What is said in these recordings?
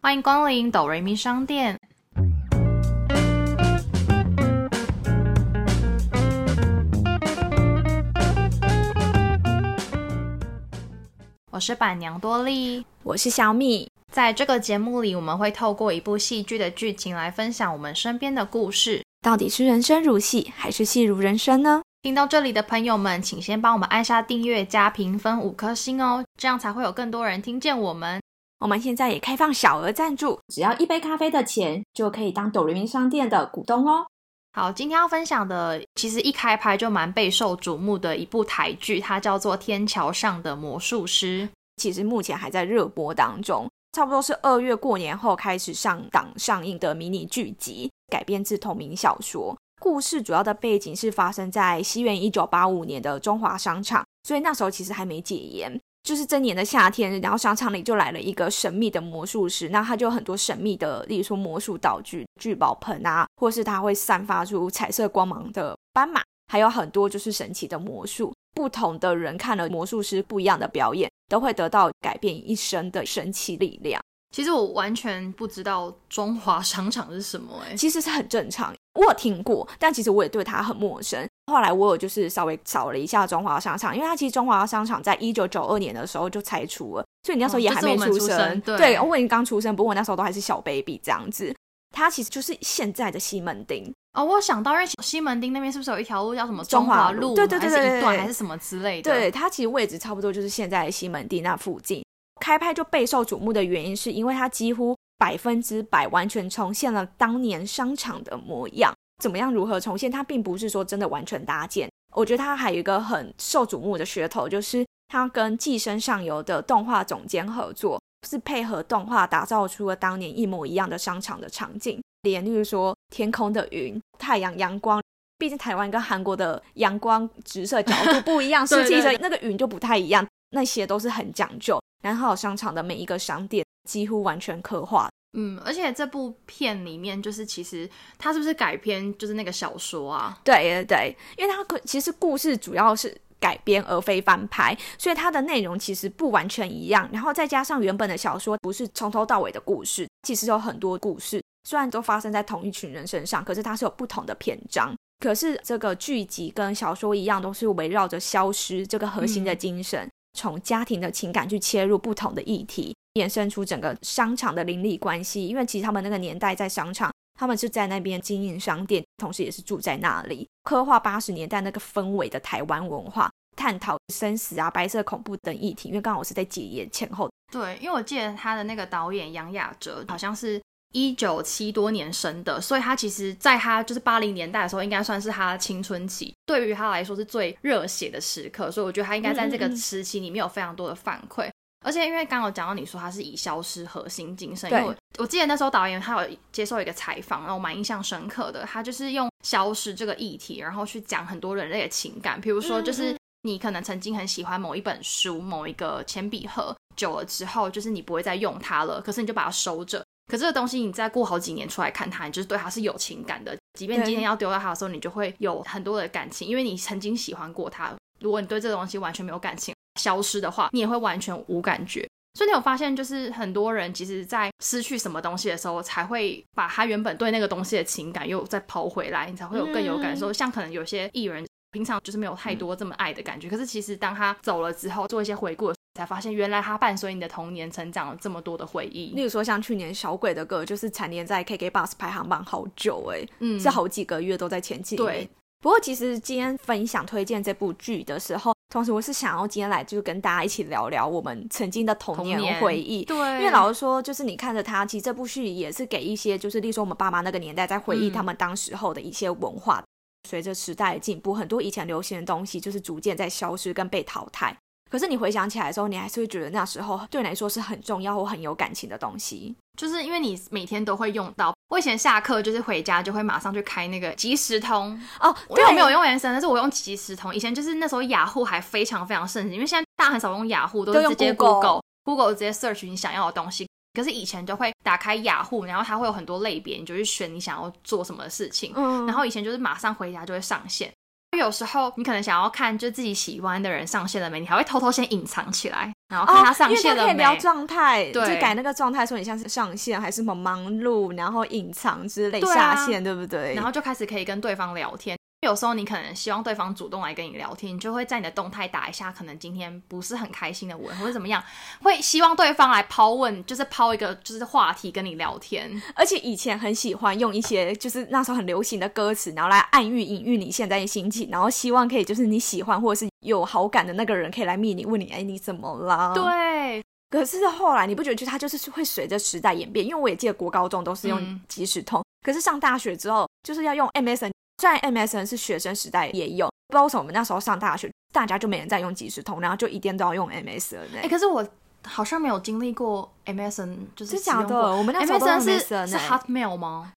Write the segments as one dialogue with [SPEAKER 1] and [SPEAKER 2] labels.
[SPEAKER 1] 欢迎光临哆瑞咪商店。我是板娘多莉。
[SPEAKER 2] 我是小米。
[SPEAKER 1] 在这个节目里，我们会透过一部戏剧的剧情来分享我们身边的故事。
[SPEAKER 2] 到底是人生如戏，还是戏如人生呢？
[SPEAKER 1] 听到这里的朋友们，请先帮我们按下订阅加评分五颗星哦，这样才会有更多人听见我们。
[SPEAKER 2] 我们现在也开放小额赞助，只要一杯咖啡的钱就可以当抖音商店的股东哦。
[SPEAKER 1] 好，今天要分享的，其实一开拍就蛮备受瞩目的一部台剧，它叫做《天桥上的魔术师》。
[SPEAKER 2] 其实目前还在热播当中，差不多是二月过年后开始上档上映的迷你剧集，改编自同名小说。故事主要的背景是发生在西元一九八五年的中华商场，所以那时候其实还没戒严。就是这年的夏天，然后商场里就来了一个神秘的魔术师，那他就有很多神秘的，例如说魔术道具、聚宝盆啊，或是他会散发出彩色光芒的斑马，还有很多就是神奇的魔术。不同的人看了魔术师不一样的表演，都会得到改变一生的神奇力量。
[SPEAKER 1] 其实我完全不知道中华商场是什么、欸，
[SPEAKER 2] 其实是很正常。我有听过，但其实我也对它很陌生。后来我有就是稍微找了一下中华商场，因为它其实中华商场在一九九二年的时候就拆除了，所以你那时候也
[SPEAKER 1] 哦
[SPEAKER 2] 还
[SPEAKER 1] 就是
[SPEAKER 2] 没
[SPEAKER 1] 我们出
[SPEAKER 2] 生。
[SPEAKER 1] 生对
[SPEAKER 2] 对，我已经刚出生，不过我那时候都还是小 baby 这样子。它其实就是现在的西门町，
[SPEAKER 1] 哦，我有想到，因为西门町那边是不是有一条路叫什么
[SPEAKER 2] 中华
[SPEAKER 1] 华
[SPEAKER 2] 路
[SPEAKER 1] 路，
[SPEAKER 2] 对对对
[SPEAKER 1] 还是
[SPEAKER 2] 对
[SPEAKER 1] 一段
[SPEAKER 2] 对
[SPEAKER 1] 还是什么之类的？
[SPEAKER 2] 对，，它其实位置差不多就是现在的西门町那附近。开拍就备受瞩目的原因，是因为它几乎百分之百完全重现了当年商场的模样。怎么样如何重现？它并不是说真的完全搭建。我觉得它还有一个很受瞩目的噱头，就是它跟《寄生上游》的动画总监合作，是配合动画打造出了当年一模一样的商场的场景，连例如说天空的云、太阳、阳光。毕竟台湾跟韩国的阳光直射角度不一 样，
[SPEAKER 1] 对
[SPEAKER 2] 实际的
[SPEAKER 1] 对
[SPEAKER 2] 那个云就不太一样，那些都是很讲究。南好商场的每一个商店几乎完全刻画，
[SPEAKER 1] 嗯，而且这部片里面就是其实它是不是改编就是那个小说啊？
[SPEAKER 2] 对对对，因为它可其实故事主要是改编而非翻拍，所以它的内容其实不完全一样。然后再加上原本的小说不是从头到尾的故事，其实有很多故事，虽然都发生在同一群人身上，可是它是有不同的篇章。可是这个剧集跟小说一样，都是围绕着消失这个核心的精神，从家庭的情感去切入不同的议题，衍生出整个商场的邻里关系。因为其实他们那个年代在商场，他们是在那边经营商店，同时也是住在那里，刻画八十年代那个氛围的台湾文化，探讨生死啊、白色恐怖等议题。因为刚好是在解严前后，
[SPEAKER 1] 对，因为我记得他的那个导演杨雅哲好像是一九七多年生的，所以他其实在他就是八零年代的时候，应该算是他的青春期，对于他来说是最热血的时刻，所以我觉得他应该在这
[SPEAKER 2] 嗯
[SPEAKER 1] 个
[SPEAKER 2] 嗯嗯
[SPEAKER 1] 时期里面有非常多的反馈。而且因为刚刚有讲到你说他是以消失核心精神，因
[SPEAKER 2] 对
[SPEAKER 1] 为我我记得那时候导演他有接受一个采访，然后我蛮印象深刻的，他就是用消失这个议题，然后去讲很多人类的情感，比如说
[SPEAKER 2] 嗯
[SPEAKER 1] 就是
[SPEAKER 2] 嗯
[SPEAKER 1] 你可能曾经很喜欢某一本书、某一个铅笔盒，久了之后就是你不会再用它了，可是你就把它收着。可这个东西你再过好几年出来看它，你就是对它是有情感的，即便你
[SPEAKER 2] 对
[SPEAKER 1] 今天要丢掉它的时候，你就会有很多的感情，因为你曾经喜欢过它。如果你对这个东西完全没有感情，消失的话，你也会完全无感觉。所以你有发现，就是很多人其实，在失去什么东西的时候，才会把他原本对那个东西的情感又再抛回来，你才会有更有
[SPEAKER 2] 嗯
[SPEAKER 1] 感受。像可能有些艺人平常就是没有太多这么爱的感觉，可是其实当他走了之后，做一些回顾，才发现原来他伴随你的童年成长了这么多的回
[SPEAKER 2] 例
[SPEAKER 1] 忆。
[SPEAKER 2] 如说像去年小鬼的歌，就是蝉联在 KK Bus 排行榜好久哎、
[SPEAKER 1] 嗯
[SPEAKER 2] 是好几个月都在前几名。
[SPEAKER 1] 对，
[SPEAKER 2] 不过其实今天分享推荐这部剧的时候，同时我是想要今天来就是跟大家一起聊聊我们曾经的童
[SPEAKER 1] 童年
[SPEAKER 2] 年回忆。
[SPEAKER 1] 对，
[SPEAKER 2] 因为老实说，就是你看着它，其实这部剧也是给一些，就是例如说我们爸妈那个年代在回忆
[SPEAKER 1] 嗯
[SPEAKER 2] 他们当时候的一些文化。随着时代的进步，很多以前流行的东西就是逐渐在消失跟被淘汰。可是你回想起来的时候，你还是会觉得那时候对你来说是很重要或很有感情的东西。
[SPEAKER 1] 就是因为你每天都会用到。我以前下课就是回家就会马上去开那个即时通，
[SPEAKER 2] 哦，
[SPEAKER 1] 我
[SPEAKER 2] 对，
[SPEAKER 1] 有没有用原神，但是我用即时通。以前就是那时候雅虎还非常非常盛行，因为现在大家很少用雅虎，都
[SPEAKER 2] 都
[SPEAKER 1] 是
[SPEAKER 2] 用
[SPEAKER 1] 直接
[SPEAKER 2] Google
[SPEAKER 1] Google Google 直接 search 你想要的东西。可是以前就会打开雅虎，然后它会有很多类别，你就去选你想要做什么的事情。
[SPEAKER 2] 嗯，
[SPEAKER 1] 然后以前就是马上回家就会上线。为有时候你可能想要看就自己喜欢的人上线了没，你还会偷偷先隐藏起来，然后
[SPEAKER 2] 哦
[SPEAKER 1] 看，他上线
[SPEAKER 2] 因为他
[SPEAKER 1] 了
[SPEAKER 2] 可以
[SPEAKER 1] 没。
[SPEAKER 2] 聊状态，就
[SPEAKER 1] 对
[SPEAKER 2] 改那个状态，说你像是上线还是什么忙碌，然后隐藏之类、
[SPEAKER 1] 对啊
[SPEAKER 2] 下线，对不对？
[SPEAKER 1] 然后就开始可以跟对方聊天。有时候你可能希望对方主动来跟你聊天，你就会在你的动态打一下，可能今天不是很开心的文，或者怎么样，会希望对方来抛问，就是抛一个就是话题跟你聊天。
[SPEAKER 2] 而且以前很喜欢用一些就是那时候很流行的歌词，然后来暗喻、隐喻你现在的心情，然后希望可以就是你喜欢或者是有好感的那个人可以来密你，问你哎你怎么
[SPEAKER 1] 嗯
[SPEAKER 2] 啦？。
[SPEAKER 1] 对，
[SPEAKER 2] 可是后来你不觉得就它就是会随着时代演变？因为我也记得国高中都是用
[SPEAKER 1] 嗯
[SPEAKER 2] 即时通，可是上大学之后就是要用 MSN。虽然 MSN 是学生时代也有，不知道为什么我们那时候上大学大家就没人在用即时通，然后就一定都要用 MSN 哎、
[SPEAKER 1] 哎、可是我好像没有经历过 MSN，就是
[SPEAKER 2] 真
[SPEAKER 1] 使用
[SPEAKER 2] 假的？
[SPEAKER 1] 过
[SPEAKER 2] 我们那时候都用
[SPEAKER 1] MSN 是
[SPEAKER 2] MSN
[SPEAKER 1] 是
[SPEAKER 2] 哎、
[SPEAKER 1] Hotmail 吗？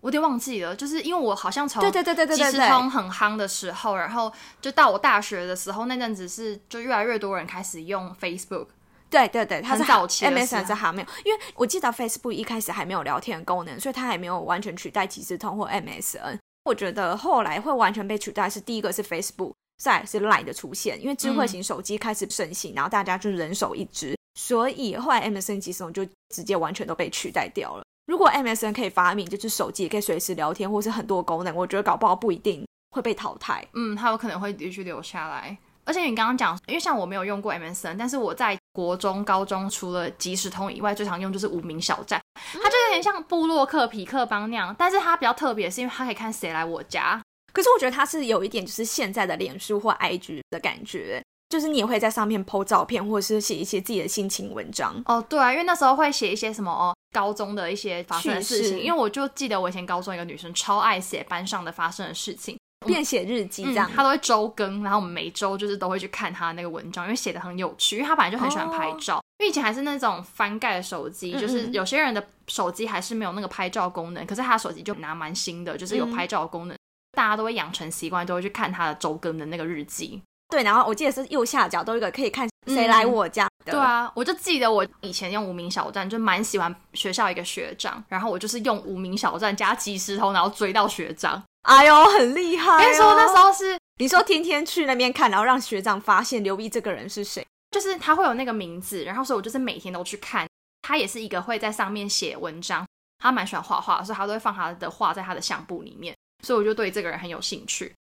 [SPEAKER 1] 我有点忘记了，就是因为我好像从
[SPEAKER 2] 对对对对对
[SPEAKER 1] 即
[SPEAKER 2] 对
[SPEAKER 1] 时
[SPEAKER 2] 对，
[SPEAKER 1] 通很夯的时候，然后就到我大学的时候，那阵子是就越来越多人开始用 Facebook。
[SPEAKER 2] 对对对，它是
[SPEAKER 1] 很早期的啊
[SPEAKER 2] MSN
[SPEAKER 1] 时
[SPEAKER 2] 是
[SPEAKER 1] 候
[SPEAKER 2] 还没有，因为我记得 Facebook 一开始还没有聊天功能，所以它还没有完全取代即时通或 MSN。我觉得后来会完全被取代是第一个是 Facebook，再来是 Line 的出现，因为智慧型手机开始盛行，然后大家就人手一支，所以后来 MSN 即时通就直接完全都被取代掉了。如果 MSN 可以发明，就是手机也可以随时聊天，或是很多功能，我觉得搞不好不一定会被淘汰。
[SPEAKER 1] 嗯，它有可能会继续留下来。而且你刚刚讲，因为像我没有用过 MSN，但是我在国中、高中除了即时通以外，最常用就是无名小站，它就有点像布洛克、匹克邦那样，但是它比较特别，是因为它可以看谁来我家。
[SPEAKER 2] 可是我觉得它是有一点，就是现在的脸书或 IG 的感觉，就是你也会在上面 PO 照片，或者是写一些自己的心情文章。
[SPEAKER 1] 哦，对啊，因为那时候会写一些什么哦，高中的一些发生的事
[SPEAKER 2] 趣
[SPEAKER 1] 情，
[SPEAKER 2] 事
[SPEAKER 1] 因为我就记得我以前高中有一个女生超爱写班上的发生的事情。
[SPEAKER 2] 便写日记这
[SPEAKER 1] 嗯
[SPEAKER 2] 样，，
[SPEAKER 1] 他都会周更，然后我们每周就是都会去看他那个文章，因为写的很有趣，因为他本来就很喜欢拍照。因为以前还是那种翻盖的手机，
[SPEAKER 2] 哦嗯
[SPEAKER 1] 就是
[SPEAKER 2] 嗯
[SPEAKER 1] 有些人的手机还是没有那个拍照功能，可是他的手机就拿蛮新的，就是有
[SPEAKER 2] 嗯
[SPEAKER 1] 拍照功能。大家都会养成习惯，都会去看他的周更的那个日记。
[SPEAKER 2] 对，然后我记得是右下角都有一个可以看谁
[SPEAKER 1] 嗯
[SPEAKER 2] 来我家的，
[SPEAKER 1] 对啊，我就记得我以前用无名小站，就蛮喜欢学校一个学长，然后我就是用无名小站加即时通，然后追到学长。
[SPEAKER 2] 哎呦，很厉害、哦。
[SPEAKER 1] 跟你说那时候是
[SPEAKER 2] 你说天天去那边看，然后让学长发现留意这个人是谁，
[SPEAKER 1] 就是他会有那个名字，然后所以我就是每天都去看。他也是一个会在上面写文章，他蛮喜欢画画的，所以他都会放他的画在他的相簿里面，所以我就对这个人很有兴趣。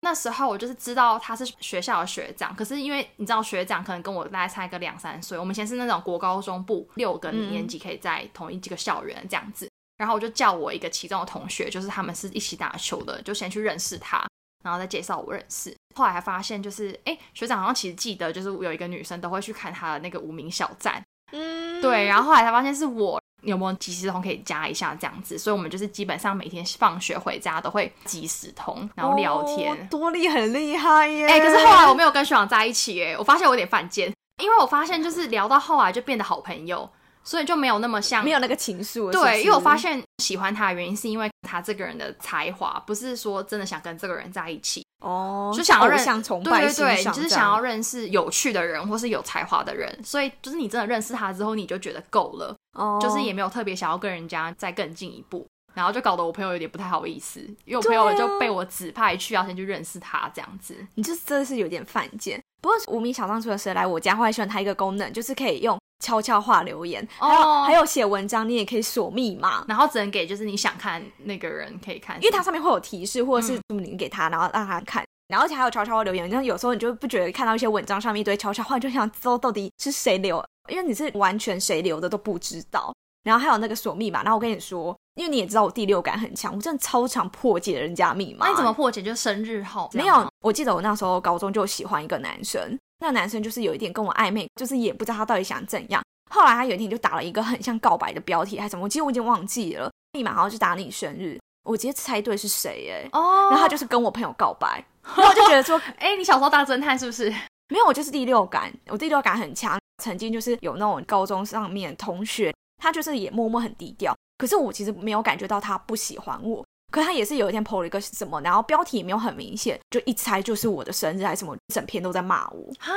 [SPEAKER 1] 那时候我就是知道他是学校的学长，可是因为你知道学长可能跟我大概差个两三岁，我们以前是那种国高中部六个
[SPEAKER 2] 嗯
[SPEAKER 1] 年级可以在同一几个校园这样子，然后我就叫我一个其中的同学，就是他们是一起打球的，就先去认识他，然后再介绍我认识。后来还发现，就是哎，学长好像其实记得，就是有一个女生都会去看他的那个无名小站，
[SPEAKER 2] 嗯，
[SPEAKER 1] 对。然后后来才发现是我有没有即时通可以加一下这样子，所以我们就是基本上每天放学回家都会即时通，然后聊天。
[SPEAKER 2] 哦多厉很厉害耶！
[SPEAKER 1] 哎、可是后来我没有跟学长在一起，哎，我发现我有点犯贱，因为我发现就是聊到后来就变得好朋友，所以就没有那么像
[SPEAKER 2] 没有那个情愫了，是不是
[SPEAKER 1] 对，因为我发现喜欢他的原因是因为他这个人的才华，不是说真的想跟这个人在一起，
[SPEAKER 2] 哦，
[SPEAKER 1] 就想要
[SPEAKER 2] 偶
[SPEAKER 1] 认
[SPEAKER 2] 像崇
[SPEAKER 1] 对
[SPEAKER 2] 拜
[SPEAKER 1] 对
[SPEAKER 2] 欣
[SPEAKER 1] 对，
[SPEAKER 2] 赏
[SPEAKER 1] 就是
[SPEAKER 2] 这
[SPEAKER 1] 想
[SPEAKER 2] 样
[SPEAKER 1] 要认识有趣的人或是有才华的人，所以就是你真的认识他之后，你就觉得够了，
[SPEAKER 2] 哦，
[SPEAKER 1] 就是也没有特别想要跟人家再更进一步。然后就搞得我朋友有点不太好意思，因为我朋友
[SPEAKER 2] 对啊
[SPEAKER 1] 就被我指派去要先去认识他这样子。
[SPEAKER 2] 你就是真的是有点犯贱。不过无名小站除了谁来我家，我还喜欢它一个功能，就是可以用悄悄话留言，还有、
[SPEAKER 1] 哦
[SPEAKER 2] 还有写文章，你也可以锁密码，
[SPEAKER 1] 然后只能给就是你想看那个人可以看，
[SPEAKER 2] 因为它上面会有提示或者
[SPEAKER 1] 嗯
[SPEAKER 2] 是你给他，然后让他看。然后而且还有悄悄话留言，然后有时候你就不觉得看到一些文章上面一堆悄悄话，你就想知道到底是谁留，因为你是完全谁留的都不知道。然后还有那个锁密码，然后我跟你说，因为你也知道我第六感很强，我真的超常破解人家密码。
[SPEAKER 1] 那你怎么破解？就生日后
[SPEAKER 2] 没有，我记得我那时候高中就喜欢一个男生，那个男生就是有一点跟我暧昧，就是也不知道他到底想怎样。后来他有一天就打了一个很像告白的标题还是什么，我其实我已经忘记了，密码好像就打你生日，我直接猜对是谁耶、
[SPEAKER 1] 哦。
[SPEAKER 2] 然后他就是跟我朋友告白，然后我就觉得说
[SPEAKER 1] 哎、你小时候大侦探是不是？
[SPEAKER 2] 没有，我就是第六感，我第六感很强。曾经就是有那种高中上面同学，他就是也默默很低调，可是我其实没有感觉到他不喜欢我。可他也是有一天 PO 了一个什么，然后标题也没有很明显，就一猜就是我的生日还是什么，整篇都在骂我
[SPEAKER 1] 啊。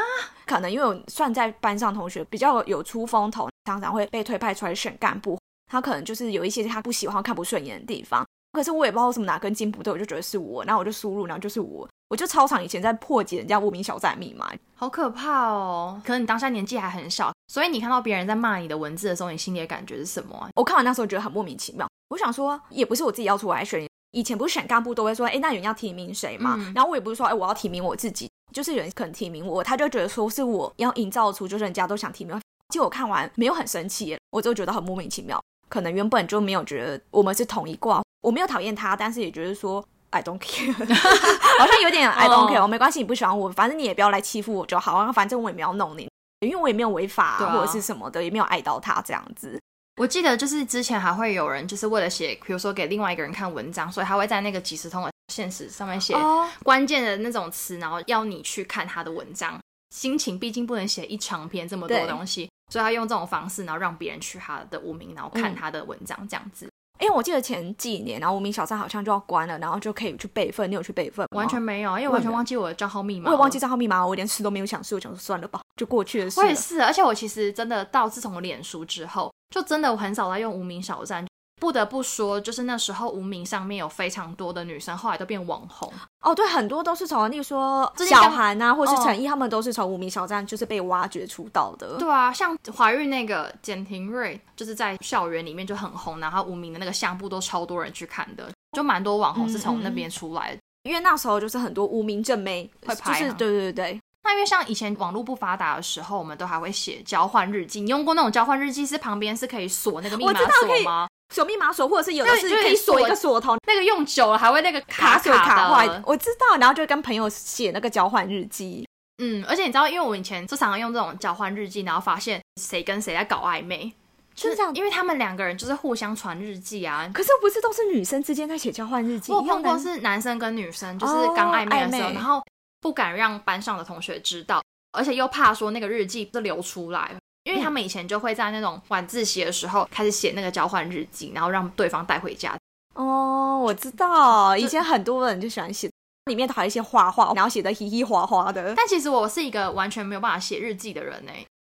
[SPEAKER 2] 可能因为我算在班上同学比较有出风头，常常会被推派出来选干部，他可能就是有一些他不喜欢、看不顺眼的地方。可是我也不知道为什么哪根筋不对，我就觉得是我，然后我就输入，然后就是我，我我就超常以前在破解人家无名小站密码，
[SPEAKER 1] 好可怕哦！可能你当下年纪还很小，所以你看到别人在骂你的文字的时候，你心里的感觉是什么啊？
[SPEAKER 2] 我看完那时候觉得很莫名其妙，我想说也不是我自己要出来选，以前不是选干部都会说，哎，那有人要提名谁嘛？
[SPEAKER 1] 嗯
[SPEAKER 2] 然后我也不是说，哎，我要提名我自己，就是有人可能提名我，他就觉得说是我要营造出就是人家都想提名我。结果我看完没有很生气耶，我就觉得很莫名其妙，可能原本就没有觉得我们是同一挂，我没有讨厌他，但是也觉得说。I don't care，好像有 点 I don't care，、
[SPEAKER 1] 哦
[SPEAKER 2] 没关系，你不喜欢我，反正你也不要来欺负我就好，啊反正我也没有弄你，因为我也没有违法、
[SPEAKER 1] 对啊
[SPEAKER 2] 或者是什么的，也没有爱到他这样子。
[SPEAKER 1] 我记得就是之前还会有人就是为了写，比如说给另外一个人看文章，所以他会在那个即时通的现实上面写
[SPEAKER 2] 哦
[SPEAKER 1] 关键的那种词，然后要你去看他的文章。心情毕竟不能写一长篇这么多
[SPEAKER 2] 对
[SPEAKER 1] 东西，所以他用这种方式，然后让别人去他的无名，然后看
[SPEAKER 2] 嗯
[SPEAKER 1] 他的文章这样子，
[SPEAKER 2] 因为我记得前几年，然后无名小站好像就要关了，然后就可以去备份。你有去备份吗？
[SPEAKER 1] 完全，没有，因为我完全忘记我的账号密码
[SPEAKER 2] 我
[SPEAKER 1] 了，
[SPEAKER 2] 也忘记账号密码，我连试都没有想试，我想说算了吧，就过去的事
[SPEAKER 1] 我
[SPEAKER 2] 了。
[SPEAKER 1] 也是，而且我其实真的到自从我脸书之后，就真的我很少在用无名小站。不得不说，就是那时候无名上面有非常多的女生，后来都变网红。
[SPEAKER 2] 哦，对，很多都是从例如说
[SPEAKER 1] 最近
[SPEAKER 2] 小
[SPEAKER 1] 刚
[SPEAKER 2] 韩啊，或是
[SPEAKER 1] 哦
[SPEAKER 2] 陈毅、他们都是从无名小站就是被挖掘出道的。
[SPEAKER 1] 对啊，像怀孕那个简廷瑞，就是在校园里面就很红，然后无名的那个相簿都超多人去看的，就蛮多网红是从
[SPEAKER 2] 嗯
[SPEAKER 1] 那边出来的。
[SPEAKER 2] 因为那时候就是很多无名正妹
[SPEAKER 1] 会
[SPEAKER 2] 就
[SPEAKER 1] 拍
[SPEAKER 2] 是
[SPEAKER 1] 啊
[SPEAKER 2] 对对对，
[SPEAKER 1] 那因为像以前网络不发达的时候，我们都还会写交换日记。你用过那种交换日记是旁边是可以锁那个密
[SPEAKER 2] 我
[SPEAKER 1] 码
[SPEAKER 2] 知道可
[SPEAKER 1] 锁
[SPEAKER 2] 以
[SPEAKER 1] 吗？
[SPEAKER 2] 锁密码锁，或者是有的
[SPEAKER 1] 对
[SPEAKER 2] 是
[SPEAKER 1] 就有
[SPEAKER 2] 可以
[SPEAKER 1] 点
[SPEAKER 2] 锁一
[SPEAKER 1] 锁
[SPEAKER 2] 个锁头。
[SPEAKER 1] 那个用久了还会那个
[SPEAKER 2] 卡
[SPEAKER 1] 卡
[SPEAKER 2] 锁卡
[SPEAKER 1] 的
[SPEAKER 2] 坏，我知道，然后就跟朋友写那个交换日记，
[SPEAKER 1] 嗯，而且你知道，因为我以前就常常用这种交换日记，然后发现谁跟谁在搞暧昧，
[SPEAKER 2] 是这样
[SPEAKER 1] 因为他们两个人就是互相传日记啊。
[SPEAKER 2] 可是不是都是女生之间在写交换日记？
[SPEAKER 1] 我有
[SPEAKER 2] 你有
[SPEAKER 1] 碰过
[SPEAKER 2] 男
[SPEAKER 1] 是男生跟女生，就是
[SPEAKER 2] 哦
[SPEAKER 1] 刚暧昧的时
[SPEAKER 2] 暧
[SPEAKER 1] 候，
[SPEAKER 2] 昧
[SPEAKER 1] 然后不敢让班上的同学知道，而且又怕说那个日记就流出来，因为他们以前就会在那种晚自习的时候开始写那个交换日记，然后让对方带回家。
[SPEAKER 2] 哦，我知道，以
[SPEAKER 1] 就
[SPEAKER 2] 前很多人就喜欢写，里面还有一些画画，然后写的嘻嘻哗哗的。
[SPEAKER 1] 但其实我是一个完全没有办法写日记的人呢、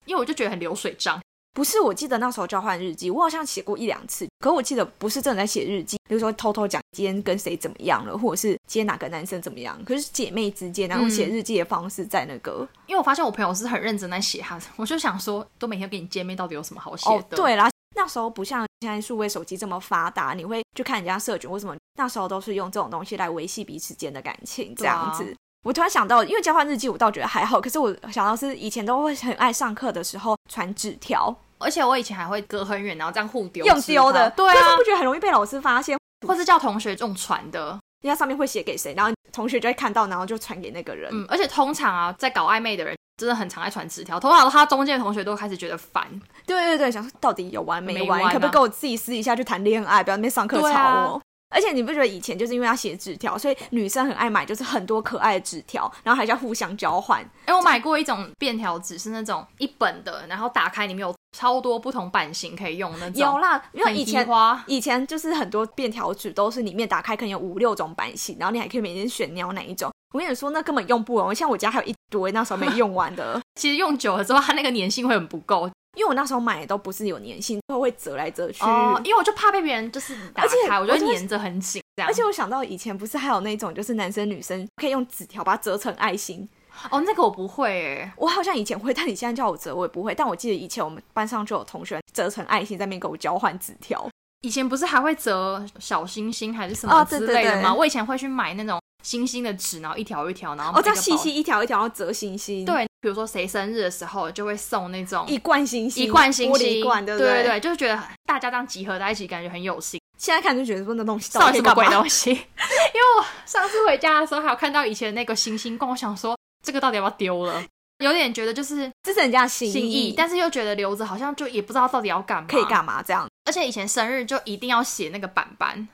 [SPEAKER 1] 因为我就觉得很流水账。
[SPEAKER 2] 不是，我记得那时候交换日记，我好像写过一两次，可我记得不是真的在写日记，比如说偷偷讲今天跟谁怎么样了，或者是今天哪个男生怎么样，可是姐妹之间，然后
[SPEAKER 1] 嗯
[SPEAKER 2] 写日记的方式在那个、
[SPEAKER 1] 因为我发现我朋友是很认真在写他的，我就想说，都每天跟你见面，到底有什么好写
[SPEAKER 2] 哦，
[SPEAKER 1] 的？，
[SPEAKER 2] 对啦。那时候不像现在数位手机这么发达，你会去看人家社群为什么？那时候都是用这种东西来维系彼此间的感情，这
[SPEAKER 1] 对啊
[SPEAKER 2] 样子。我突然想到，因为交换日记我倒觉得还好，可是我想到是以前都会很爱上课的时候传纸条，
[SPEAKER 1] 而且我以前还会隔很远，然后这样互丢，
[SPEAKER 2] 用丢的，
[SPEAKER 1] 对
[SPEAKER 2] 可是
[SPEAKER 1] 啊
[SPEAKER 2] 不，觉得很容易被老师发现？
[SPEAKER 1] 或是叫同学用传的，
[SPEAKER 2] 人家上面会写给谁，然后同学就会看到，然后就传给那个人。
[SPEAKER 1] 嗯，而且通常啊，在搞暧昧的人真的很常爱传纸条，通常他中间的同学都开始觉得烦，
[SPEAKER 2] 对对对，想说到底有完没
[SPEAKER 1] 没
[SPEAKER 2] 完？
[SPEAKER 1] 完啊
[SPEAKER 2] 可不可以跟我自己私底下去谈恋爱，不要在那边上课吵
[SPEAKER 1] 对啊
[SPEAKER 2] 我？而且你不觉得以前就是因为要写纸条，所以女生很爱买，就是很多可爱的纸条，然后还要互相交换。
[SPEAKER 1] 哎、我买过一种便条纸，是那种一本的，然后打开里面有超多不同版型可以用那种，
[SPEAKER 2] 有啦，因为
[SPEAKER 1] 嗯很
[SPEAKER 2] 以
[SPEAKER 1] 提
[SPEAKER 2] 前
[SPEAKER 1] 花，
[SPEAKER 2] 以前就是很多便条纸都是里面打开可能有五六种版型，然后你还可以每天选你要哪一种。我跟你说，那根本用不完。像我家还有一堆那时候没用 完的，
[SPEAKER 1] 其实用久了之后，它那个粘性会很不够
[SPEAKER 2] 因为我那时候买的都不是有粘性，都会折来折去。啊
[SPEAKER 1] 哦，因为我就怕被别人就是打
[SPEAKER 2] 而且
[SPEAKER 1] 开，我就
[SPEAKER 2] 我就
[SPEAKER 1] 会
[SPEAKER 2] 会
[SPEAKER 1] 粘着很紧，这样，
[SPEAKER 2] 而且我想到以前不是还有那种，就是男生女生可以用纸条把它折成爱心。
[SPEAKER 1] 哦，那个我不会哎、
[SPEAKER 2] 我好像以前会，但 你现在叫我折，我也不会。但我记得以前我们班上就有同学折成爱心，在那边跟我交换纸条。
[SPEAKER 1] 以前不是还会折小星星还是什
[SPEAKER 2] 哦
[SPEAKER 1] 么
[SPEAKER 2] 对
[SPEAKER 1] 之
[SPEAKER 2] 对
[SPEAKER 1] 类的吗？
[SPEAKER 2] 对
[SPEAKER 1] 我以前会去买那种星星的纸，然后一条一条，然后
[SPEAKER 2] 哦，这
[SPEAKER 1] 叫
[SPEAKER 2] 样细细一条一条，然后折星星。，
[SPEAKER 1] 对，比如说谁生日的时候就会送那种
[SPEAKER 2] 一罐星星，
[SPEAKER 1] 一罐星
[SPEAKER 2] 玻
[SPEAKER 1] 星，
[SPEAKER 2] 璃罐，对
[SPEAKER 1] 对
[SPEAKER 2] 不对？
[SPEAKER 1] 对就是觉得大家这样集合在一起，感觉很有心。
[SPEAKER 2] 现在看就觉得说那东西
[SPEAKER 1] 到底什么鬼
[SPEAKER 2] 的？
[SPEAKER 1] 东西？因 为我上次回家的时候还有看到以前那个星星罐，我想说这个到底要不要丢了？有点觉得就是
[SPEAKER 2] 这是人家的心
[SPEAKER 1] 心意，但是又觉得留着好像就也不知道到底要干嘛。
[SPEAKER 2] 可以，干嘛这样？
[SPEAKER 1] 而且以前生日就一定要写那个板板，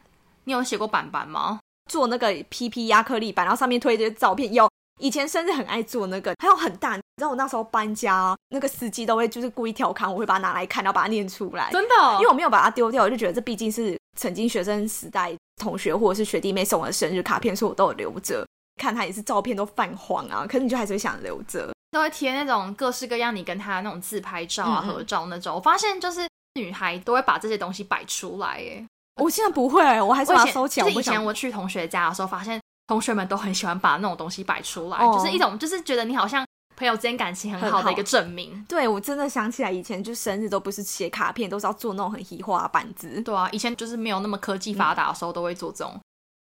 [SPEAKER 1] 你有写过板板吗？
[SPEAKER 2] 做那个 PP 亚克力板，然后上面推一些照片。有以前甚至很爱做那个，还有很大。你知道我那时候搬家，那个司机都会就是故意调侃，我会把它拿来看，然后把它念出来。
[SPEAKER 1] 真的哦、
[SPEAKER 2] 因为我没有把它丢掉，我就觉得这毕竟是曾经学生时代同学或者是学弟妹送我的生日卡片，所以我都有留着。看他也是照片都泛黄啊，可是你就还是会想留着。
[SPEAKER 1] 都会贴那种各式各样你跟他那种自拍照啊、
[SPEAKER 2] 嗯嗯
[SPEAKER 1] 合照那种。我发现就是女孩都会把这些东西摆出来耶。欸
[SPEAKER 2] 我现在不会，我还是
[SPEAKER 1] 我以
[SPEAKER 2] 把它
[SPEAKER 1] 前
[SPEAKER 2] 收起来。
[SPEAKER 1] 就
[SPEAKER 2] 我
[SPEAKER 1] 是
[SPEAKER 2] 不
[SPEAKER 1] 以前
[SPEAKER 2] 想，
[SPEAKER 1] 我去同学家的时候，发现同学们都很喜欢把那种东西摆出来，
[SPEAKER 2] 哦
[SPEAKER 1] 就是一种就是觉得你好像朋友之间感情很好
[SPEAKER 2] 很好
[SPEAKER 1] 的一个证明。
[SPEAKER 2] 对我真的想起来，以前就生日都不是写卡片，都是要做那种很移花板子。
[SPEAKER 1] 对啊，以前就是没有那么科
[SPEAKER 2] 嗯
[SPEAKER 1] 技发达的时候，都会做这种。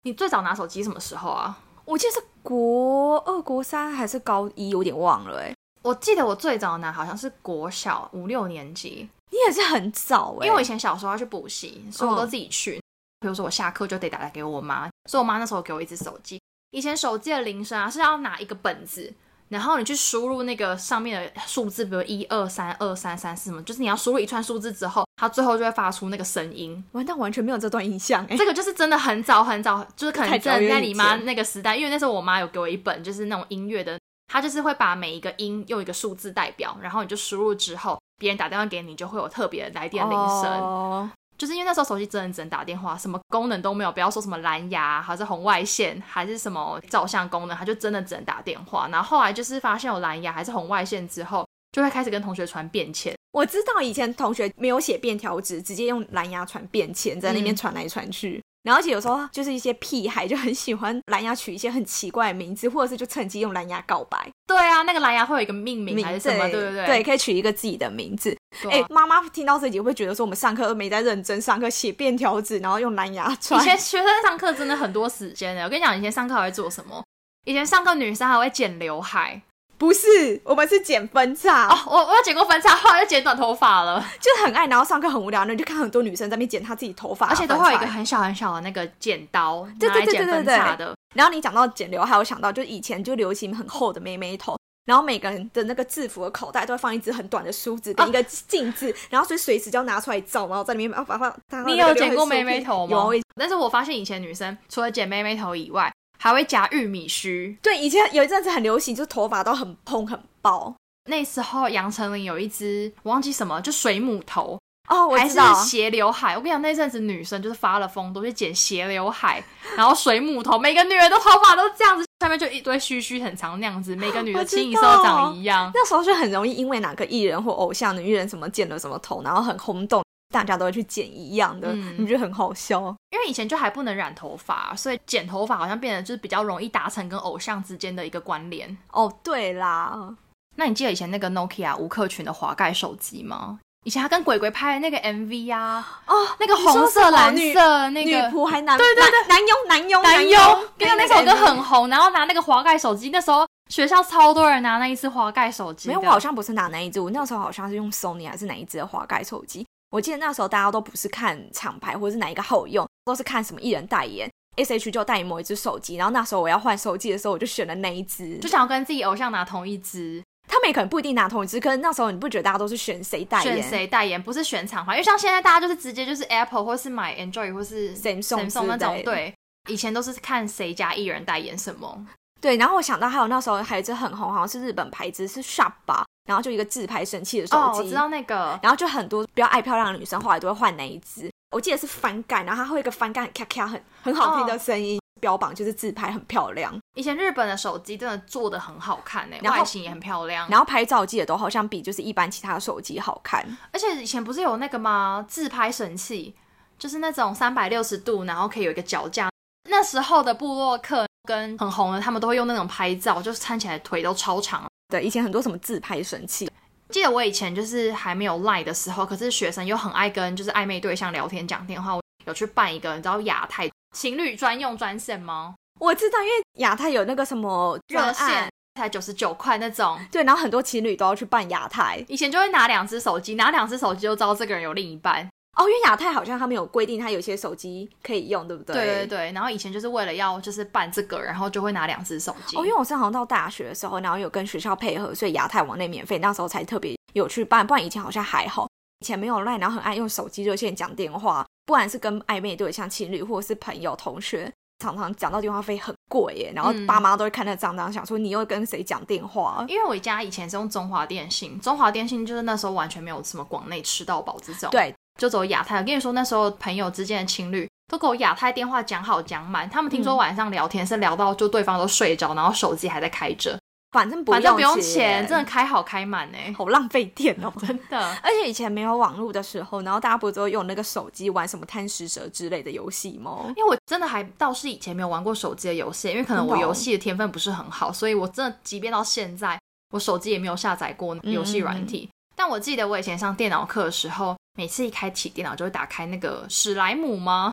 [SPEAKER 1] 你最早拿手机什么时候啊？
[SPEAKER 2] 我记得是国二、国三还是高一，有点忘了哎、
[SPEAKER 1] 我记得我最早拿好像是国小五六年级，
[SPEAKER 2] 你也是很早哎、
[SPEAKER 1] 因为我以前小时候要去补习，所以
[SPEAKER 2] 嗯
[SPEAKER 1] 我都自己去。比如说我下课就得打来给我妈，所以我妈那时候给我一只手机。以前手机的铃声啊是要拿一个本子，然后你去输入那个上面的数字，比如一二三二三三四什么，就是你要输入一串数字之后，它最后就会发出那个声音。
[SPEAKER 2] 完蛋，完全没有这段印象哎、
[SPEAKER 1] 这个就是真的很早很早，就是可
[SPEAKER 2] 太
[SPEAKER 1] 能
[SPEAKER 2] 久
[SPEAKER 1] 真的在
[SPEAKER 2] 远以
[SPEAKER 1] 你妈
[SPEAKER 2] 前
[SPEAKER 1] 那个时代，因为那时候我妈有给我一本就是那种音乐的，她就是会把每一个音用一个数字代表，然后你就输入之后，别人打电话给你就会有特别的来电铃声。
[SPEAKER 2] 哦
[SPEAKER 1] 就是因为那时候手机真的只能打电话，什么功能都没有，不要说什么蓝牙啊还是红外线还是什么照相功能，它就真的只能打电话。然后后来就是发现有蓝牙还是红外线之后，就会开始跟同学传便签。
[SPEAKER 2] 我知道以前同学没有写便条纸，直接用蓝牙传便签，在那
[SPEAKER 1] 嗯
[SPEAKER 2] 边传来传去。然后而且有时候就是一些屁孩就很喜欢蓝牙取一些很奇怪的名字，或者是就趁机用蓝牙告白
[SPEAKER 1] 对啊，那个蓝牙会有一个命名还是
[SPEAKER 2] 名字，
[SPEAKER 1] 什么，对不
[SPEAKER 2] 对
[SPEAKER 1] 对啊
[SPEAKER 2] 可以取一个自己的名字。
[SPEAKER 1] 对
[SPEAKER 2] 哎、
[SPEAKER 1] 啊
[SPEAKER 2] 妈妈听到这集会觉得说我们上课都没在认真上课，写便条纸，然后用蓝牙传
[SPEAKER 1] 以。前 学生上课真的很多时间的，我跟你讲，以前上课还会做什么？以前上课女生还会剪刘海
[SPEAKER 2] 不是，我们是剪分叉，
[SPEAKER 1] 哦，我我有剪过分叉，后来就剪短头发了，
[SPEAKER 2] 就是很爱，然后上课很无聊，那你就看很多女生在那边剪她自己头发，
[SPEAKER 1] 而且都会有一个
[SPEAKER 2] 分叉。
[SPEAKER 1] 很小很小的那个剪刀，
[SPEAKER 2] 对对对
[SPEAKER 1] 拿来剪分叉的，
[SPEAKER 2] 然后你讲到剪刘海，我想到就以前就流行很厚的妹妹头。然后每个人的那个制服的口袋都会放一支很短的梳子跟一个镜子， 然后所以随时就要拿出来照，然后在里面啊把把把。
[SPEAKER 1] 你有剪过妹妹头吗？
[SPEAKER 2] 有，
[SPEAKER 1] 但是我发现以前女生除了剪妹妹头以外，还会夹玉米须。
[SPEAKER 2] 对，以前有一阵子很流行，就是头发都很蓬很薄。
[SPEAKER 1] 那时候杨丞琳有一只我忘记什么，就水母头，
[SPEAKER 2] 哦，我
[SPEAKER 1] 还
[SPEAKER 2] 知
[SPEAKER 1] 是
[SPEAKER 2] 道，
[SPEAKER 1] 斜刘海。我跟你讲，那阵子女生就是发了疯，都去剪斜刘海，然后水母头，每个女人的头发都这样子，下面就一堆须须很长那样子，每个女
[SPEAKER 2] 我
[SPEAKER 1] 的
[SPEAKER 2] 知道
[SPEAKER 1] 清一色都长一样。
[SPEAKER 2] 那时候就很容易因为哪个艺人或偶像、女艺人什么剪了什么头，然后很轰动，大家都会去剪一样的，
[SPEAKER 1] 嗯
[SPEAKER 2] 你觉得很好笑。
[SPEAKER 1] 因为以前就还不能染头发，所以剪头发好像变得就是比较容易达成跟偶像之间的一个关联。
[SPEAKER 2] 哦，对啦，
[SPEAKER 1] 那你记得以前那个 Nokia 吴克群的滑盖手机吗？以前他跟鬼鬼拍的那个 MV 啊，
[SPEAKER 2] 哦，
[SPEAKER 1] 那个
[SPEAKER 2] 你说
[SPEAKER 1] 红
[SPEAKER 2] 什么
[SPEAKER 1] 色、蓝
[SPEAKER 2] 女
[SPEAKER 1] 色那
[SPEAKER 2] 女
[SPEAKER 1] 个
[SPEAKER 2] 仆还男
[SPEAKER 1] 对对对
[SPEAKER 2] 男男佣男佣
[SPEAKER 1] 男优，跟
[SPEAKER 2] 跟
[SPEAKER 1] 那首歌很
[SPEAKER 2] 红。
[SPEAKER 1] 红，然后拿那个滑盖手机，那时候学校超多人拿那一只滑盖手机
[SPEAKER 2] 没
[SPEAKER 1] 的，
[SPEAKER 2] 有，我好像不是拿那一只，我那时候好像是用 Sony 还是哪一只的滑盖手机。我记得那时候大家都不是看厂牌或是哪一个好用，都是看什么艺人代言。S H 就代言某一只手机，然后那时候我要换手机的时候，我就选了那一只。
[SPEAKER 1] 就想要跟自己偶像拿同一只，
[SPEAKER 2] 他们也可能不一定拿同一只，可是那时候你不觉得大家都是选谁代
[SPEAKER 1] 选
[SPEAKER 2] 言？
[SPEAKER 1] 谁代言，不是选厂牌，因为像现在大家就是直接就是 Apple 或是买 Android 或是
[SPEAKER 2] Samsung 之
[SPEAKER 1] Samsung 那
[SPEAKER 2] 类
[SPEAKER 1] 种，
[SPEAKER 2] 的
[SPEAKER 1] 对，以前都是看谁家艺人代言什么，
[SPEAKER 2] 对，然后我想到还有那时候还有一只很红，好像是日本牌子是 Sharp 吧，然后就一个自拍神器的手
[SPEAKER 1] 哦，
[SPEAKER 2] 机，
[SPEAKER 1] 我知道那个，
[SPEAKER 2] 然后就很多比较爱漂亮的女生后来都会换那一只。我记得是翻盖，然后它会有一个翻盖很咔咔很很好听的声
[SPEAKER 1] 哦
[SPEAKER 2] 音，标榜就是自拍很漂亮，
[SPEAKER 1] 以前日本的手机真的做的很好看诶、
[SPEAKER 2] 然后
[SPEAKER 1] 外形也很漂亮，
[SPEAKER 2] 然后拍照我记得都好像比就是一般其他的手机好看。
[SPEAKER 1] 而且以前不是有那个吗？自拍神器，就是那种三百六十度，然后可以有一个脚架。那时候的部落客跟很红的，他们都会用那种拍照，就是看起来腿都超长。
[SPEAKER 2] 对，以前很多什么自拍神器，
[SPEAKER 1] 记得我以前就是还没有赖的时候，可是学生又很爱跟就是暧昧对象聊天讲电话，我有去办一个你知道亚太情侣专用专线吗？
[SPEAKER 2] 我知道，因为亚太有那个什么专
[SPEAKER 1] 热
[SPEAKER 2] 案
[SPEAKER 1] 线，才九十九块那种。
[SPEAKER 2] 对，然后很多情侣都要去办亚太。
[SPEAKER 1] 以前就会拿两只手机，拿两只手机就知道这个人有另一半。
[SPEAKER 2] 哦，因为亚太好像他们有规定，它有些手机可以用，对不对？
[SPEAKER 1] 对对。对，然后以前就是为了要就是办这个，然后就会拿两只手机。
[SPEAKER 2] 哦，因为我是好像到大学的时候，然后有跟学校配合，所以亚太网内免费，那时候才特别有去办，不然以前好像还好，以前没有赖，然后很爱用手机热线讲电话，不然是跟暧昧对象、情侣或者是朋友、同学，常常讲到电话费很贵耶，然后
[SPEAKER 1] 嗯
[SPEAKER 2] 爸妈都会看那账单，想说你又跟谁讲电话？
[SPEAKER 1] 因为我家以前是用中华电信，中华电信就是那时候完全没有什么广内吃到饱这种，，
[SPEAKER 2] 对，
[SPEAKER 1] 就走亚太。我跟你说，那时候朋友之间的情侣都给我亚太电话
[SPEAKER 2] 嗯
[SPEAKER 1] 讲好讲满，他们听说晚上聊天是聊到就对方都睡着，然后手机还在开着。
[SPEAKER 2] 反正不
[SPEAKER 1] 反正不用
[SPEAKER 2] 钱，
[SPEAKER 1] 钱，真的开好开满呢、
[SPEAKER 2] 好浪费电哦。
[SPEAKER 1] 真的。
[SPEAKER 2] 而且以前没有网络的时候，然后大家不是都用那个手机玩什么贪食蛇之类的游戏吗？
[SPEAKER 1] 因为我真的还倒是以前没有玩过手机的游戏，因为可能我
[SPEAKER 2] 真的哦
[SPEAKER 1] 游戏的天分不是很好，所以我真的即便到现在，我手机也没有下载过游戏
[SPEAKER 2] 嗯
[SPEAKER 1] 软体。但我记得我以前上电脑课的时候，每次一开启电脑就会打开那个史莱姆吗？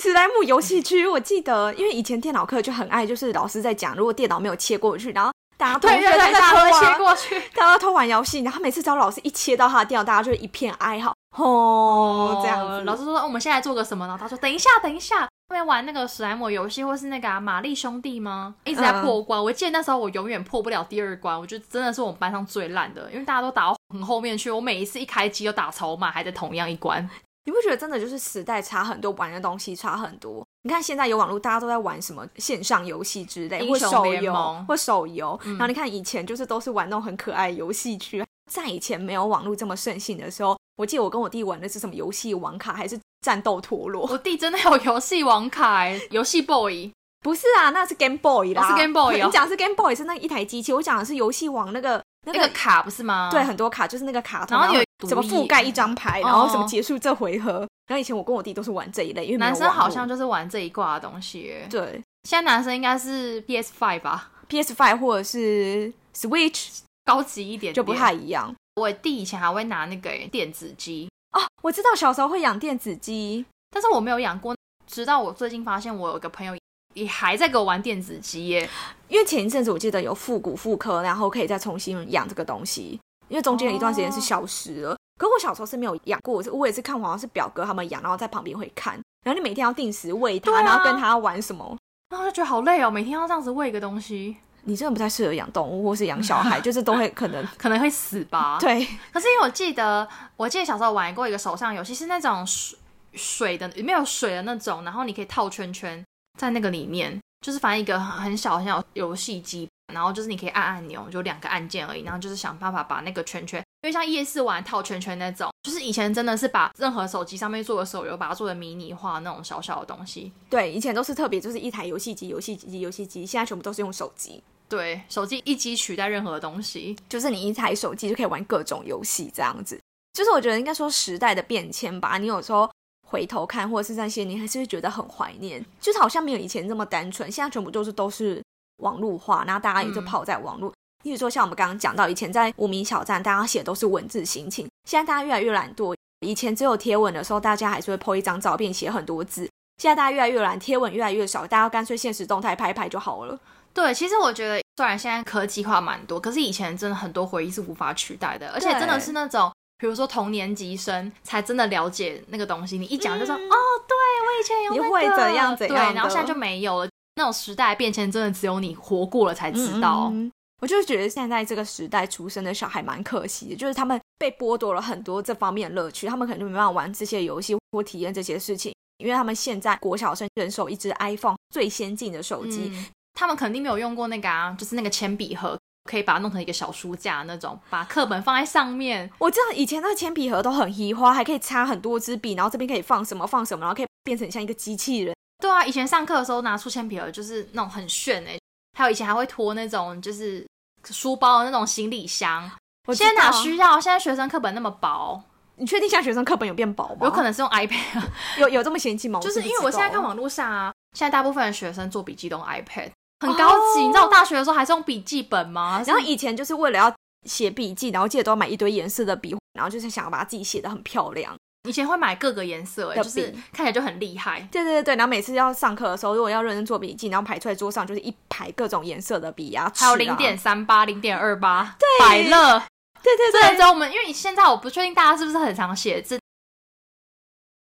[SPEAKER 2] 史莱姆游戏区，我记得，因为以前电脑课就很爱，就是老师在讲，如果电脑没有切过去，然后大家同学在
[SPEAKER 1] 大
[SPEAKER 2] 偷
[SPEAKER 1] 家
[SPEAKER 2] 玩
[SPEAKER 1] 切过去。
[SPEAKER 2] 大家都偷玩游戏，然后每次只要老师一切到他的电脑，大家就一片哀嚎，哦，这样子，
[SPEAKER 1] 老师说哦我们现在做个什么呢？他说等一下，等一下，后面玩那个史莱姆游戏，或是那个、啊、玛丽兄弟吗？一直在破关。我记得那时候我永远破不了第二关，我觉得真的是我们班上最烂的，因为大家都打到很后面去，我每一次一开机就打超满，还在同样一 关。
[SPEAKER 2] 你不觉得真的就是时代差很多，玩的东西差很多？你看现在有网络，大家都在玩什么线上游戏之类，或
[SPEAKER 1] 英雄
[SPEAKER 2] 手
[SPEAKER 1] 联
[SPEAKER 2] 游
[SPEAKER 1] 盟，嗯
[SPEAKER 2] 或手游。然后你看以前就是都是玩那种很可爱的游戏区。在以前没有网络这么盛行的时候，我记得我跟我弟玩的是什么游戏王卡，还是战斗陀螺？
[SPEAKER 1] 我弟真的有游戏王卡、欸，游戏 boy，
[SPEAKER 2] 不是啊，那是 Game Boy 啦，
[SPEAKER 1] 哦是 Game Boy 哦
[SPEAKER 2] 你讲的是 Game Boy 是那一台机器，我讲的是游戏王那个那
[SPEAKER 1] 那个卡不是吗？
[SPEAKER 2] 对，很多卡就是那个卡通，
[SPEAKER 1] 然后有
[SPEAKER 2] 怎么
[SPEAKER 1] 独立
[SPEAKER 2] 覆盖一张牌，然后什么
[SPEAKER 1] 哦
[SPEAKER 2] 结束这回合。然后以前我跟我弟都是玩这一类，因为没有
[SPEAKER 1] 男生
[SPEAKER 2] 网络
[SPEAKER 1] 好像就是玩这一挂的东西、欸。
[SPEAKER 2] 对。
[SPEAKER 1] 现在男生应该是 PS Five 吧，
[SPEAKER 2] PS Five 或者是 Switch
[SPEAKER 1] 高级一点点
[SPEAKER 2] 就不太。一样
[SPEAKER 1] 我弟以前还会拿那个、欸电子机，
[SPEAKER 2] 哦。我知道小时候会养电子鸡，
[SPEAKER 1] 但是我没有养过，直到我最近发现我有个朋友也还在给我玩电子鸡耶，
[SPEAKER 2] 因为前一阵子我记得有复古复刻，然后可以再重新养这个东西，因为中间有一段时间是消失了。可我小时候是没有养过，我是我也是看好像是表哥他们养，然后在旁边会看。然后你每天要定时喂它，
[SPEAKER 1] 对啊
[SPEAKER 2] 然后跟它玩什么？
[SPEAKER 1] 然后我就觉得好累哦，每天要这样子喂一个东西，
[SPEAKER 2] 你真的不太适合养动物或是养小 孩，就是都会可能
[SPEAKER 1] 可能会死吧。，
[SPEAKER 2] 对
[SPEAKER 1] 可是因为我记得，我记得小时候玩过一个手上游戏，是那种水水的，里面有水的那种，然后你可以套圈圈在那个里面，就是反正一个很很小很小的游戏机。然后就是你可以按按钮，就两个按键而已，然后就是想办法把那个圈圈，因为像夜市玩套圈圈那种，就是以前真的是把任何手机上面做的手游，把它做的迷你化那种小小的东西。
[SPEAKER 2] 对，以前都是特别就是一台游戏机、游戏机、游戏机，现在全部都是用手机，
[SPEAKER 1] 对，手机一机取代任何东西，
[SPEAKER 2] 就是你一台手机就可以玩各种游戏这样子。就是我觉得应该说时代的变迁吧，你有时候回头看或者是那些，你还是会觉得很怀念，就是好像没有以前这么单纯，现在全部就是都是网络化，然后大家也就
[SPEAKER 1] 嗯
[SPEAKER 2] 泡在网络。例如说，像我们刚刚讲到，以前在无名小站，大家写都是文字心情，现在大家越来越懒惰。以前只有贴文的时候，大家还是会 po 一张照片，写很多字。现在大家越来越懒，贴文越来越少，大家干脆现实动态拍一拍就好了。
[SPEAKER 1] 对，其实我觉得，虽然现在科技化蛮多，可是以前真的很多回忆是无法取代的，而且真的是那种，比如说同年级生才真的了解那个东西。你一讲就说、
[SPEAKER 2] 嗯
[SPEAKER 1] 哦，对我以前有、那个、
[SPEAKER 2] 你会怎样怎样的
[SPEAKER 1] 对，然后现在就没有了。那种时代变迁，真的只有你活过了才知道。
[SPEAKER 2] 嗯嗯嗯我就觉得现在这个时代出生的小孩蛮可惜的，就是他们被剥夺了很多这方面的乐趣，他们可能就没办法玩这些游戏或体验这些事情，因为他们现在国小生人手一只 iPhone 最先进的手机，
[SPEAKER 1] 嗯他们肯定没有用过那个啊，就是那个铅笔盒，可以把它弄成一个小书架那种，把课本放在上面，
[SPEAKER 2] 我知道以前那个铅笔盒都很移花，还可以插很多支笔，然后这边可以放什么放什么，然后可以变成像一个机器人。
[SPEAKER 1] 对啊，以前上课的时候拿出铅笔盒就是那种很炫哎、还有以前还会拖那种就是书包的那种行李箱，
[SPEAKER 2] 我
[SPEAKER 1] 现在哪
[SPEAKER 2] 知道啊
[SPEAKER 1] 需要？现在学生课本那么薄，
[SPEAKER 2] 你确定现在学生课本有变薄吗？
[SPEAKER 1] 有可能是用 iPad，啊
[SPEAKER 2] 有有这么嫌弃吗？
[SPEAKER 1] 就是
[SPEAKER 2] 是
[SPEAKER 1] 因
[SPEAKER 2] 哦不
[SPEAKER 1] 为我
[SPEAKER 2] 知
[SPEAKER 1] 现在
[SPEAKER 2] 道
[SPEAKER 1] 看网络上啊，现在大部分的学生做笔记都用 iPad，很高级。你知道我大学的时候还是用笔记本吗？
[SPEAKER 2] 哦然后以前就是为了要写笔记，然后记得都要买一堆颜色的笔，然后就是想要把自己写的很漂亮。
[SPEAKER 1] 以前会买各个颜色、欸，
[SPEAKER 2] 的
[SPEAKER 1] 就是
[SPEAKER 2] 笔
[SPEAKER 1] 看起来就很厉害。
[SPEAKER 2] 对对对对，然后每次要上课的时候，如果要认真做笔记，然后排出来桌上就是一排各种颜色的笔啊，
[SPEAKER 1] 还有
[SPEAKER 2] 尺啊
[SPEAKER 1] 零点，三八、零点二八，百乐，
[SPEAKER 2] 对对
[SPEAKER 1] 这
[SPEAKER 2] 对，
[SPEAKER 1] 只有我们，因为现在我不确定大家是不是很常写字，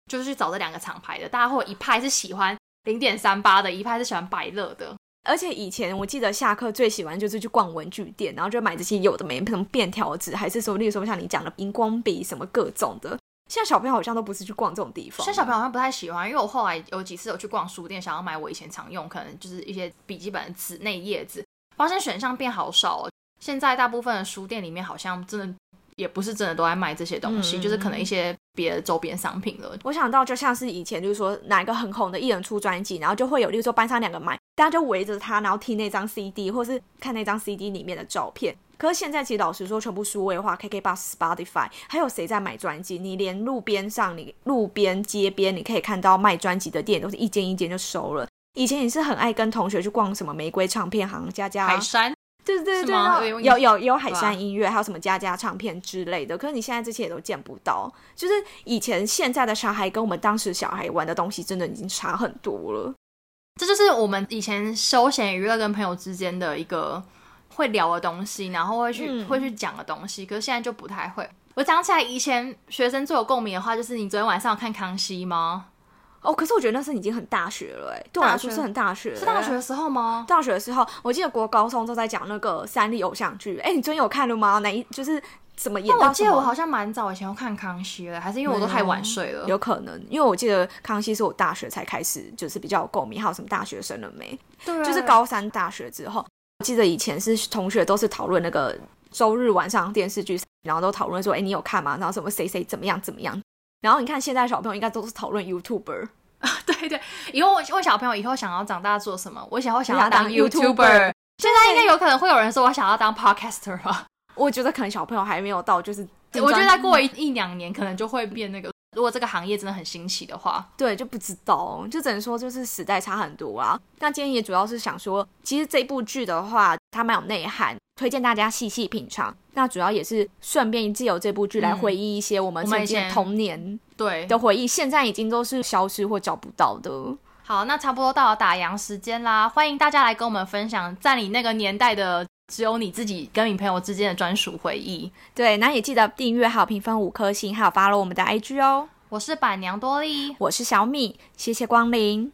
[SPEAKER 1] 就是去找这两个厂牌的，大家会有一派是喜欢零点三八的，一派是喜欢百乐的。
[SPEAKER 2] 而且以前我记得下课最喜欢就是去逛文具店，然后就买这些有的没什么便条纸，还是说，例如说像你讲的荧光笔什么各种的。现在小朋友好像都不是去逛这种地方，
[SPEAKER 1] 现在小朋友好像不太喜欢，因为我后来有几次有去逛书店，想要买我以前常用，可能就是一些笔记本的纸内页纸，发现选项变好少哦。现在大部分的书店里面好像真的也不是真的都在卖这些东西，
[SPEAKER 2] 嗯
[SPEAKER 1] 就是可能一些别的周边商品了。
[SPEAKER 2] 我想到就像是以前，就是说哪一个很红的艺人出专辑，然后就会有，例如说班上两个买大家就围着他，然后听那张 CD，或是看那张 CD 里面的照片。可是现在其实老实说，全部数位化，KKBox、Spotify，还有谁在买专辑？你连路边上、你路边街边，你可以看到卖专辑的店，都是一间一间就收了。以前也是很爱跟同学去逛什么玫瑰唱片行、家家
[SPEAKER 1] 海山
[SPEAKER 2] 对对
[SPEAKER 1] 是
[SPEAKER 2] 对，
[SPEAKER 1] 吗
[SPEAKER 2] 那
[SPEAKER 1] 我以
[SPEAKER 2] 种
[SPEAKER 1] 为
[SPEAKER 2] 有有有海
[SPEAKER 1] 对啊
[SPEAKER 2] 山音乐，还有什么家家唱片之类的，可是你现在这些也都见不到。就是以前现在的小孩跟我们当时小孩玩的东西，真的已经差很多了。
[SPEAKER 1] 这就是我们以前休闲娱乐跟朋友之间的一个会聊的东西，然后会去、
[SPEAKER 2] 嗯
[SPEAKER 1] 会去讲的东西，可是现在就不太会。我讲起来，以前学生最有共鸣的话，就是你昨天晚上有看《康熙》吗？
[SPEAKER 2] 哦，可是我觉得那是已经很大学了、哎，对我来说
[SPEAKER 1] 大学
[SPEAKER 2] 是很大学，欸
[SPEAKER 1] 是大学。的时候吗？
[SPEAKER 2] 大学的时候，我记得国高中都在讲那个三立偶像剧，哎、你昨天有看了吗？哪一就是怎么演
[SPEAKER 1] 但
[SPEAKER 2] 到
[SPEAKER 1] 我记得
[SPEAKER 2] 什么
[SPEAKER 1] 我好像蛮早以前就看《康熙》了，还是因为我都太晚睡了。
[SPEAKER 2] 有可能，因为我记得康熙是我大学才开始，就是比较有共鸣，还有什么大学生了没？
[SPEAKER 1] 对啊，
[SPEAKER 2] 就是高三大学之后，我记得以前是同学都是讨论那个周日晚上电视剧，然后都讨论说，哎，你有看吗？然后什么谁谁怎么样怎么样。然后你看现在小朋友应该都是讨论 YouTuber，
[SPEAKER 1] 对对，以后我问小朋友以后想要长大做什么，我想要想
[SPEAKER 2] 想
[SPEAKER 1] 要
[SPEAKER 2] 要当
[SPEAKER 1] 当
[SPEAKER 2] YouTuber
[SPEAKER 1] YouTuber。现在应该有可能会有人说我想要当 Podcaster 吧？
[SPEAKER 2] 我觉得可能小朋友还没有到，就是
[SPEAKER 1] 我觉得再过一一两年可能就会变那个。如果这个行业真的很新奇的话，
[SPEAKER 2] 对就不知道，就只能说就是时代差很多啊。那今天也主要是想说，其实这部剧的话，它蛮有内涵，推荐大家细细品尝。那主要也是顺便借由这部剧来
[SPEAKER 1] 嗯
[SPEAKER 2] 回忆一些我们
[SPEAKER 1] 我们
[SPEAKER 2] 曾
[SPEAKER 1] 以
[SPEAKER 2] 经的
[SPEAKER 1] 前
[SPEAKER 2] 童年
[SPEAKER 1] 对，
[SPEAKER 2] 的回忆，现在已经都是消失或找不到的。
[SPEAKER 1] 好，那差不多到了打烊时间啦，欢迎大家来跟我们分享，在你那个年代的只有你自己跟你朋友之间的专属回忆。
[SPEAKER 2] 对，那也记得订阅、好评分五颗星，还有 follow 我们的 IG 哦。
[SPEAKER 1] 我是板娘多莉，
[SPEAKER 2] 我是小米，谢谢光临。